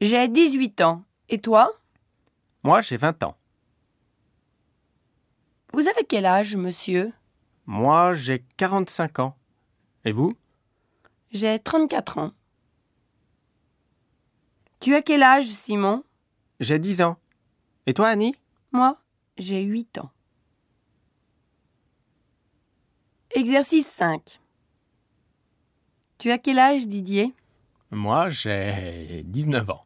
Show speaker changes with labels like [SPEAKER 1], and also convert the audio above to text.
[SPEAKER 1] J'ai 18 ans. Et toi
[SPEAKER 2] Moi, j'ai 20 ans.
[SPEAKER 1] Vous avez quel âge, monsieur
[SPEAKER 2] Moi, j'ai 45 ans. Et vous
[SPEAKER 1] J'ai 34 ans. Tu as quel âge, Simon
[SPEAKER 2] J'ai 10 ans. Et toi, Annie
[SPEAKER 1] Moi, j'ai 8 ans. Exercice 5. Tu as quel âge, Didier
[SPEAKER 2] Moi, j'ai 19 ans.